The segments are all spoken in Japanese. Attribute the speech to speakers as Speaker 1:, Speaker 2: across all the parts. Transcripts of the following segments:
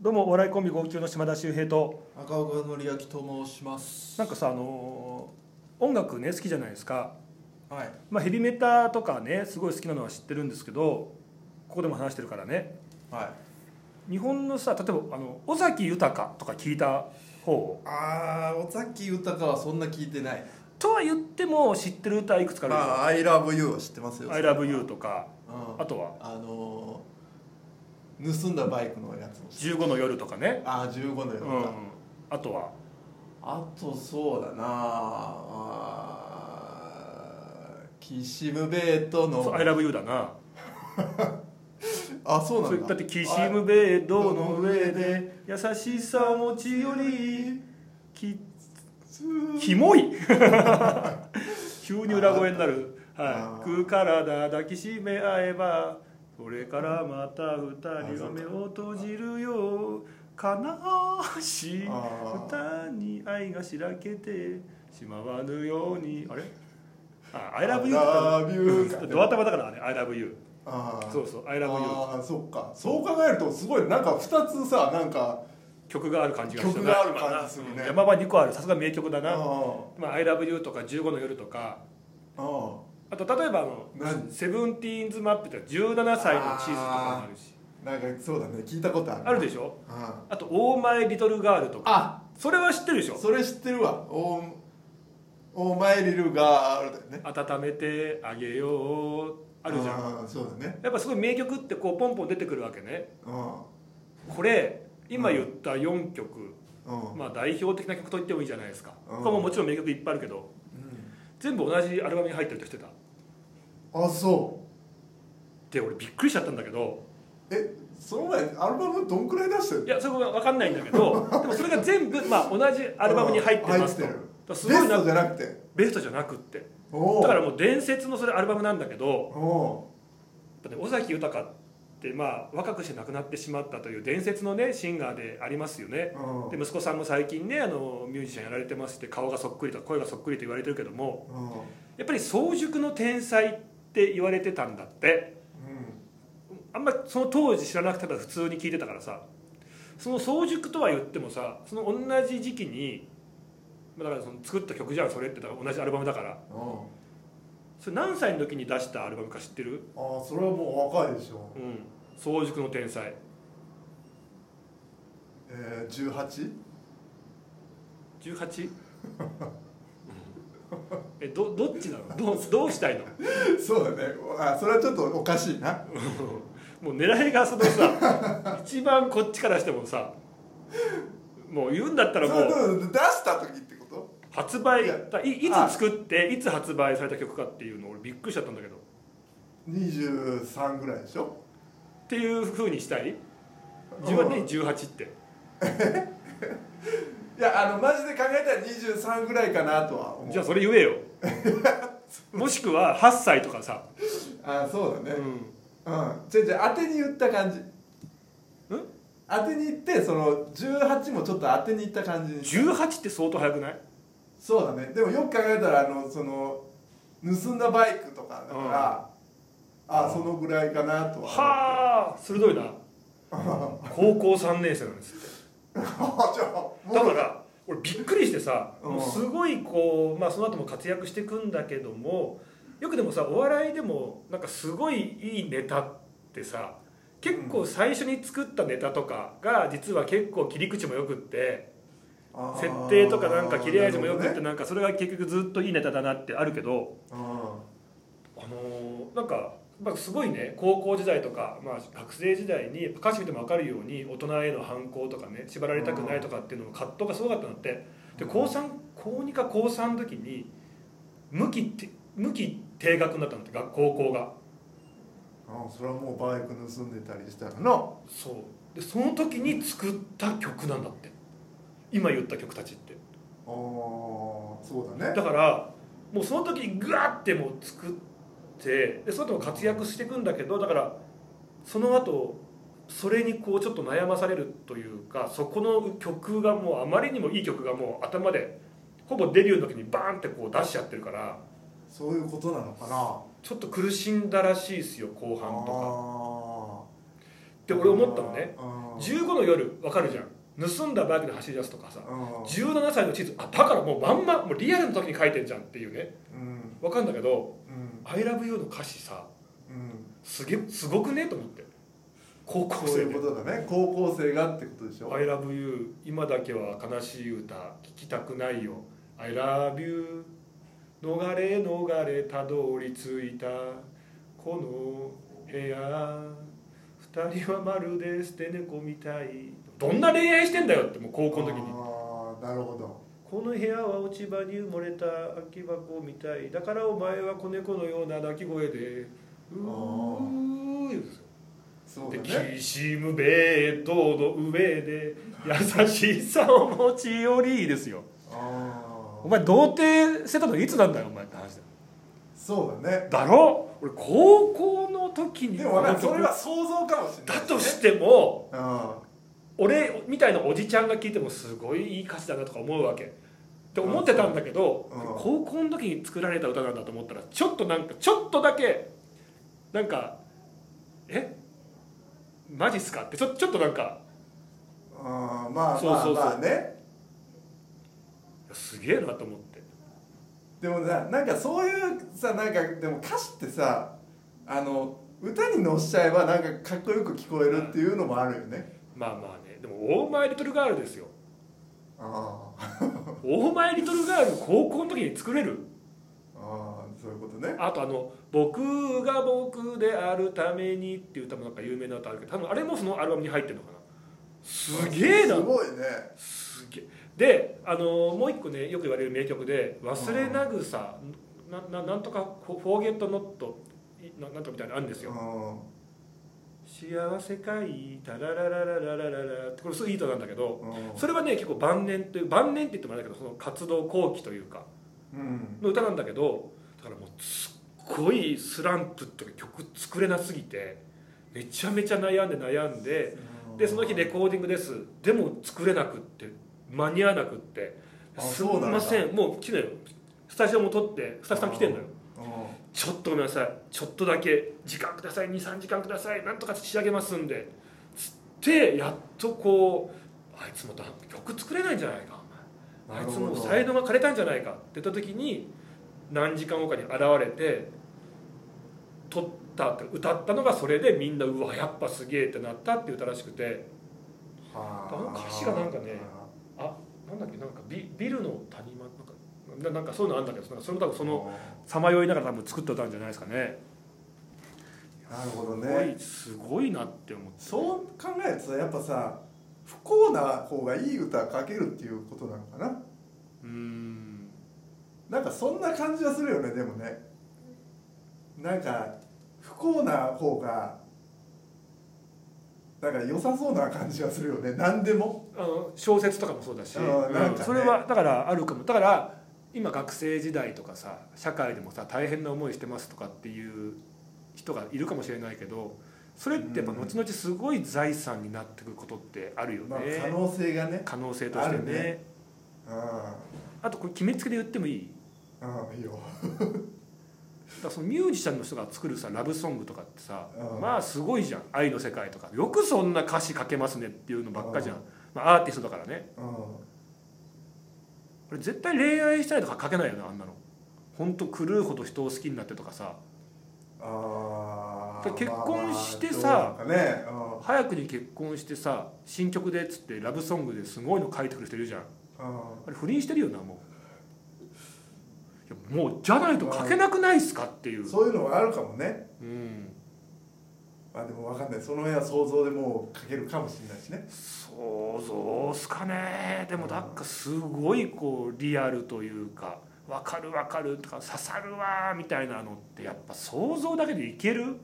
Speaker 1: どうもお笑いコンビ号泣の島田秀平と
Speaker 2: 赤岡のりあきと申します
Speaker 1: なんかさあのー音楽ね好きじゃないですか、
Speaker 2: はい
Speaker 1: まあ、ヘビメタとかねすごい好きなのは知ってるんですけどここでも話してるからね
Speaker 2: はい
Speaker 1: 日本のさ例えばあの尾崎豊とか聞いた方
Speaker 2: あー尾崎豊はそんな聞いてない
Speaker 1: とは言っても知ってる歌いくつか
Speaker 2: ま
Speaker 1: あ
Speaker 2: あ「ILOVEYOU」は知ってます
Speaker 1: る
Speaker 2: よ
Speaker 1: よ「ILOVEYOU」とか
Speaker 2: うん
Speaker 1: あとは
Speaker 2: あのー、盗んだバイクのやつも
Speaker 1: 「15の夜」とかね、
Speaker 2: ああ15の
Speaker 1: う
Speaker 2: よ
Speaker 1: ん
Speaker 2: うな、、
Speaker 1: あとは
Speaker 2: あとそうだなあーキシムベート
Speaker 1: 「そう
Speaker 2: の
Speaker 1: ILOVEYOU」だな
Speaker 2: あそうな
Speaker 1: そ
Speaker 2: ん
Speaker 1: う
Speaker 2: だ
Speaker 1: だって「キシムベードの上
Speaker 2: あ
Speaker 1: で優しさ持ちよりき
Speaker 2: すー
Speaker 1: キモい 急に裏声になる「
Speaker 2: あ
Speaker 1: は
Speaker 2: ー
Speaker 1: い、く体抱きしめ合えばこれからまた二
Speaker 2: あ
Speaker 1: 人
Speaker 2: そ
Speaker 1: は
Speaker 2: うか
Speaker 1: 目を閉じるよ悲しい
Speaker 2: あ
Speaker 1: 歌に愛がしらけてしまわぬようにあれあ「I love you」だ
Speaker 2: ラブユー
Speaker 1: か
Speaker 2: から
Speaker 1: ドアタバだからあれ「I love you
Speaker 2: あ」ー
Speaker 1: そうそう「I love you
Speaker 2: ああそうかそう考えるとすごいなんか2つさなんか」
Speaker 1: 曲がある感じがして
Speaker 2: 曲がある感じするね
Speaker 1: うん山場2個あるさすが名曲だ
Speaker 2: あ
Speaker 1: な
Speaker 2: ー
Speaker 1: 「まあ、I love you」とか「15の夜」とか
Speaker 2: あ
Speaker 1: あと例えばあの
Speaker 2: 何
Speaker 1: セブンティーンズマップって17歳のチーズとかもあるし
Speaker 2: あなんかそうだね聞いたことある
Speaker 1: あるでしょ
Speaker 2: あ
Speaker 1: あと「オーマイ・リトル・ガール」とか
Speaker 2: あ
Speaker 1: それは知ってるでしょ
Speaker 2: それ知ってるわおお前リルがあるだよね
Speaker 1: 温めてあげようあるじゃん
Speaker 2: んそうだね
Speaker 1: やっぱすごい名曲ってこうポンポン出てくるわけね
Speaker 2: うん
Speaker 1: これ今言った4曲、
Speaker 2: うん
Speaker 1: まあ代表的な曲と言ってもいいじゃないですか、
Speaker 2: うん
Speaker 1: これももちろん名曲いっぱいあるけど全部同じアルバムに入ってるとしてた
Speaker 2: うんあそ
Speaker 1: で俺びっくりしちゃったんだけど
Speaker 2: うえその前アルバムどんくらい出してる
Speaker 1: いやそこは分かんないんだけ どでもそれが全部、まあ、同じアルバムに入ってますと
Speaker 2: うん
Speaker 1: だか
Speaker 2: 入ってる
Speaker 1: ら
Speaker 2: ベ
Speaker 1: すごい
Speaker 2: ス
Speaker 1: な
Speaker 2: トじゃなくて
Speaker 1: ベストじゃなくって
Speaker 2: おお
Speaker 1: だからもう伝説のそれアルバムなんだけど
Speaker 2: お
Speaker 1: やっぱね尾崎豊ってまあ若くして亡くなってしまったという伝説のねシンガーでありますよね
Speaker 2: お
Speaker 1: で息子さんも最近ねあのミュージシャンやられてまして顔がそっくりとか声がそっくりと言われてるけどもやっぱり早熟の天才って言われてたんだってあんまりその当時知らなくてただ普通に聞いてたからさその早熟とは言ってもさその同じ時期にまあだからその作った曲じゃんそれってだから同じアルバムだからそれ何歳の時に出したアルバムか知ってる
Speaker 2: ああそれはもう若いでしょ
Speaker 1: うん早熟の天才
Speaker 2: えー、18?
Speaker 1: 18えどどっちなのどうどうしたいの
Speaker 2: そうだねあそれはちょっとおかしいな
Speaker 1: もう狙いがそのさ一番こっちからしてもさもう言うんだった
Speaker 2: それ
Speaker 1: らもう
Speaker 2: どう出した時ってこと
Speaker 1: 発売
Speaker 2: いや
Speaker 1: だいい
Speaker 2: あ
Speaker 1: つ作っていつ発売された曲かっていうの俺びっくりしちゃったんだけどっ
Speaker 2: 23ぐらいでしょ
Speaker 1: ていうふうにしたい自分はね18って
Speaker 2: いやあのマジで考えたら23ぐらいかなとは思う
Speaker 1: じゃあそれ言えよもしくは8歳とかさ、
Speaker 2: あそうだ
Speaker 1: う
Speaker 2: ね
Speaker 1: ん、
Speaker 2: うんじゃじゃ当てに言った感じ当てに行ってその18もちょっと当てに行った感じに
Speaker 1: 18って相当早くない
Speaker 2: そうだねでもよく考えたらあのその盗んだバイクとかだから、あそのぐらいかなとは
Speaker 1: はあ鋭いな高校3年生なんですって
Speaker 2: あ じゃあもう
Speaker 1: だから俺びっくりしてさ
Speaker 2: うん
Speaker 1: もうすごいこう、まあ、その後も活躍していくんだけどもよくでもさお笑いでもなんかすごいいいネタってさ結構最初に作ったネタとかが実は結構切り口もよくって
Speaker 2: あー
Speaker 1: 設定とかなんか切れ味もよくっ
Speaker 2: な
Speaker 1: て
Speaker 2: る
Speaker 1: なんかそれが結局ずっといいネタだなってあるけど
Speaker 2: ほどね
Speaker 1: あのーなんか、まあ、すごいね高校時代とか、まあ、学生時代に歌詞見ても分かるように大人への反抗とかね縛られたくないとかっていうのの葛藤がすごかったんだってで高3高2か高3の時に無期て無期定額になったんだって学高校が
Speaker 2: うんあそれはもうバイク盗んでたりしたらな
Speaker 1: そうでその時に作った曲なんだって今言った曲たちって
Speaker 2: あーそうだね
Speaker 1: だからもうその時にグワッてもう作ってでその後も活躍していくんだけどだからその後それにこうちょっと悩まされるというかそこの曲がもうあまりにもいい曲がもう頭でほぼデビューの時にバーンってこう出しちゃってるから
Speaker 2: そういうことなのかな
Speaker 1: ちょっと苦しんだらしいですよ後半とか
Speaker 2: あ
Speaker 1: って俺思ったのね
Speaker 2: うん
Speaker 1: 15の夜わかるじゃん盗んだバイクで走り出すとかさ
Speaker 2: うん
Speaker 1: 17歳の地図あだからもうまんまもうリアルの時に書いてんじゃんっていうね
Speaker 2: うん
Speaker 1: わかんだけど
Speaker 2: う
Speaker 1: 「
Speaker 2: ん
Speaker 1: ILOVEYOU」の歌詞さ
Speaker 2: うん
Speaker 1: すげすごくねと思って高校
Speaker 2: そう
Speaker 1: 生
Speaker 2: いう
Speaker 1: で
Speaker 2: ことだね高校生がってことで
Speaker 1: 「
Speaker 2: しょ
Speaker 1: I love you 今だけは悲しい歌聴きたくないよ I love you 逃れ逃れたどり着いたこの部屋二人はまるで捨て猫みたい」どんな恋愛してんだよってもう高校の時に
Speaker 2: ああなるほど
Speaker 1: この部屋は落ち葉に埋もれた空き箱みたいだからお前は子猫のような鳴き声で「う
Speaker 2: あ
Speaker 1: ー」言うんですよ
Speaker 2: そう
Speaker 1: で
Speaker 2: だね
Speaker 1: きしむベッドの上 で優しさを持ち寄りですよ
Speaker 2: あ
Speaker 1: お
Speaker 2: あ
Speaker 1: 前童貞してたのいつなんだよお前って話だよ
Speaker 2: そうだね
Speaker 1: だろ俺高校の時に
Speaker 2: でも分かる
Speaker 1: この
Speaker 2: それ
Speaker 1: 曲
Speaker 2: は想像かもしれない
Speaker 1: だとしても
Speaker 2: あ
Speaker 1: 俺みたいなおじちゃんが聞いてもすごいいい歌詞だなとか思うわけって思ってたんだけど、
Speaker 2: うん
Speaker 1: 高校の時に作られた歌なんだと思ったらちょっとなんかちょっとだけなんかえマジっすかってちょちょっとなんか
Speaker 2: あまあ
Speaker 1: そう
Speaker 2: まあ
Speaker 1: そうそう
Speaker 2: まあね
Speaker 1: すげえなと思って
Speaker 2: でもさなんかそういうさなんかでも歌詞ってさあの歌に乗しちゃえばなんかかっこよく聞こえるっていうのもあるよね
Speaker 1: まあまあねでも「オーマイ・リトル・ガール」ですよ
Speaker 2: ああ
Speaker 1: 「オーマイ・リトル・ガール」高校の時に作れる
Speaker 2: ああそういうことね
Speaker 1: あとあの「僕が僕であるために」っていう歌もなんか有名な歌あるけど多分あれもそのアルバムに入ってるのかなすげえな
Speaker 2: すごいね
Speaker 1: すげえであのーもう一個ねよく言われる名曲で「忘れなぐさ」なななんとか「フォーゲットノット」いななんとかみたいなのあるんですよ
Speaker 2: う
Speaker 1: 「幸せかいタララララララララ」ってこれすごいいい歌なんだけど
Speaker 2: んうん
Speaker 1: それはね結構晩年という晩年って言ってもあれだけどその活動後期というか
Speaker 2: うん
Speaker 1: の歌なんだけどだからもうすっごいスランプっていうか曲作れなすぎてめちゃめちゃ悩んで悩んででその日レコーディングですでも作れなくって間に合わなくって
Speaker 2: あ
Speaker 1: す
Speaker 2: そう
Speaker 1: み
Speaker 2: なんだ
Speaker 1: ませんもう来てよスタジオも撮ってスタッフさん来てんのよ
Speaker 2: う
Speaker 1: ちょっとごめんなさいちょっとだけ時間ください23時間くださいなんとか仕上げますんでつってやっとこうあいつもだ曲作れないんじゃないかお前あいつ
Speaker 2: なる
Speaker 1: も
Speaker 2: ほど
Speaker 1: 才能が枯れたんじゃないかって言った時に何時間後かに現れて撮ったって歌ったのがそれでみんなうわやっぱすげえってなったっていう歌らしくて。
Speaker 2: んはあ
Speaker 1: なんか歌詞がなんかねなんだっけなんかビビルの谷間なんかななんかそういうのあるんだけどなんかそれも多分そのさまよいながら多分作ってたんじゃないですかね
Speaker 2: なるほど
Speaker 1: す
Speaker 2: ね
Speaker 1: ごいすごいなって思って
Speaker 2: そう考えるとさやっぱさ不幸な方がいい歌書けるっていうことなのかな
Speaker 1: うーん
Speaker 2: なんかそんな感じはするよねでもねなんか不幸な方がなんか良さそうな感じはするよね何でも
Speaker 1: あの小説とかもそうだし、
Speaker 2: うんなんかね
Speaker 1: それはだからあるかもだから今学生時代とかさ社会でもさ大変な思いしてますとかっていう人がいるかもしれないけどそれってやっぱ後々すごい財産になってくることってあるよね、
Speaker 2: まあ可能性がね
Speaker 1: 可能性として
Speaker 2: ある
Speaker 1: ね
Speaker 2: ねう
Speaker 1: あとこれ決めつけで言ってもいい
Speaker 2: んうんいいよ
Speaker 1: だからそのミュージシャンの人が作るさラブソングとかってさ、
Speaker 2: うん
Speaker 1: まあすごいじゃん愛の世界とかよくそんな歌詞書けますねっていうのばっかじゃん、まあ、アーティストだからね
Speaker 2: う
Speaker 1: 俺絶対恋愛したりとか書けないよねあんなの本当狂うほど人を好きになってとかさ
Speaker 2: ん
Speaker 1: だ
Speaker 2: あー
Speaker 1: から結婚してさ
Speaker 2: まあまあどうなのかねうん
Speaker 1: 早くに結婚してさ新曲でっつってラブソングですごいの書いてくる人いるじゃん
Speaker 2: う、
Speaker 1: あれ不倫してるよなもういやもうじゃないと書けなくないっすかっていうん
Speaker 2: そういうのはあるかもね
Speaker 1: うん
Speaker 2: まあでもわかんないその辺は想像でもう書けるかもしれないしね
Speaker 1: 想像っすかねでもなんかすごいこうリアルというか「わかるわかる」とか「刺さるわ」みたいなのってやっぱ想像だけでいける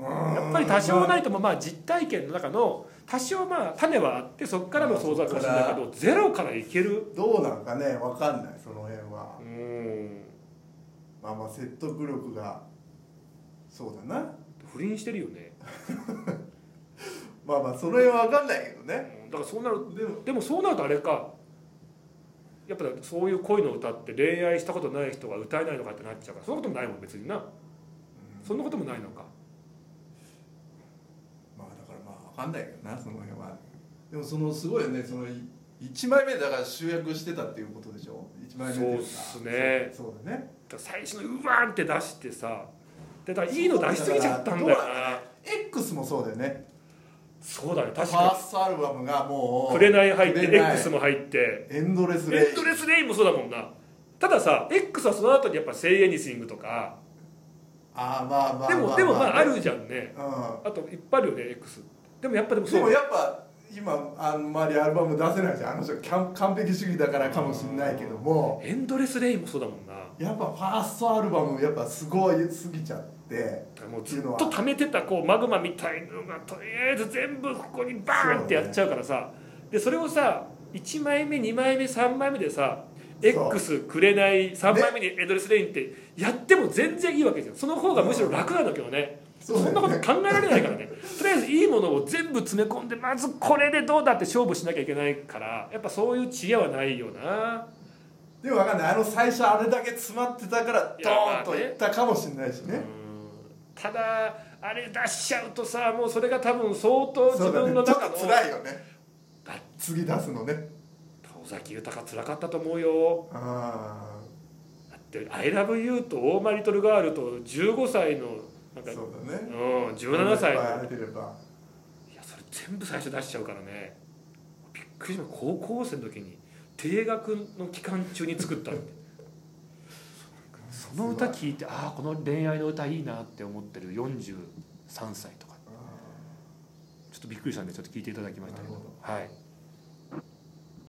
Speaker 1: や
Speaker 2: や
Speaker 1: っぱり多少なりともまあ実体験の中の多少まあ種はあってそこからの想像はかもしれないけどゼロからいける
Speaker 2: どうなんかねわかんないその辺は
Speaker 1: うん
Speaker 2: まあまあ説得力がそうだな
Speaker 1: 不倫してるよね
Speaker 2: まあまあその辺はわかんないけどね
Speaker 1: うんだからそうなる
Speaker 2: でも
Speaker 1: でもそうなるとあれかやっぱそういう恋の歌って恋愛したことない人が歌えないのかってなっちゃうからそんなこともないもん別になそんなこともないのか
Speaker 2: かんないけどなその辺はでもそのすごいよねそのい一枚目だから集約してたっていうことでしょ一枚目っていうか
Speaker 1: そうっすね
Speaker 2: そうそうだね
Speaker 1: だから最初のうわーんって出してさでだからいいの出しすぎちゃったんだよな
Speaker 2: X もそうだよね
Speaker 1: そうだね
Speaker 2: ファ
Speaker 1: 確か
Speaker 2: ーストアルバムがも
Speaker 1: に「
Speaker 2: う
Speaker 1: くれない」入って
Speaker 2: 紅
Speaker 1: X も入って
Speaker 2: エンドレスレイ
Speaker 1: エンドレスレインもそうだもんなたださ X はその後にやっぱ「セイエニシング」とか
Speaker 2: ああまあまあ
Speaker 1: でもでもまああるじゃんね
Speaker 2: う
Speaker 1: あといっぱいあるよね X でもやっぱでも
Speaker 2: んで
Speaker 1: そう
Speaker 2: もやっぱ今あんまりアルバム出せないじゃんあの人完完璧主義だからかもしれないけども
Speaker 1: エンドレスレインもそうだもんなだ
Speaker 2: やっぱファーストアルバムやっぱすごいすぎちゃって
Speaker 1: からもうずっと溜めてたこうマグマみたいのがとりあえず全部ここにバーンってやっちゃうからさでそれをさ1枚目2枚目3枚目でさ
Speaker 2: そう
Speaker 1: X くれない3枚目にエンドレスレインってやっても全然いいわけじゃんその方がむしろ楽なんだけどね
Speaker 2: そ
Speaker 1: そ
Speaker 2: うんだ
Speaker 1: なこ
Speaker 2: よね
Speaker 1: と考えられないからねとりあえずいいものを全部詰め込んでまずこれでどうだって勝負しなきゃいけないからやっぱそういう知恵はないよな
Speaker 2: でも分かんないあの最初あれだけ詰まってたからドーンといったかもしれないしね
Speaker 1: ただあれ出しちゃうとさもうそれが多分相当
Speaker 2: そ
Speaker 1: 自
Speaker 2: うだね
Speaker 1: 分の
Speaker 2: ちょっ
Speaker 1: 中の
Speaker 2: と辛いよね
Speaker 1: だって
Speaker 2: 次出すのね
Speaker 1: 尾崎豊つらかったと思うよ
Speaker 2: あ
Speaker 1: だって「ILOVEYOU」と「オーマイリトルガール」と15歳のな
Speaker 2: あ
Speaker 1: ん
Speaker 2: そ
Speaker 1: かう、
Speaker 2: うだ
Speaker 1: ん、
Speaker 2: ね
Speaker 1: 17歳
Speaker 2: いっ
Speaker 1: の
Speaker 2: ぱい荒れてれば
Speaker 1: いやそれ全部最初出しちゃうからねびっくりしました高校生の時に定額の期間中に作ったってその歌聞いてああこの恋愛の歌いいなって思ってる43歳とか
Speaker 2: あ
Speaker 1: ちょっとびっくりしたんでちょっと聞いていただきましたけど
Speaker 2: なるほ
Speaker 1: はい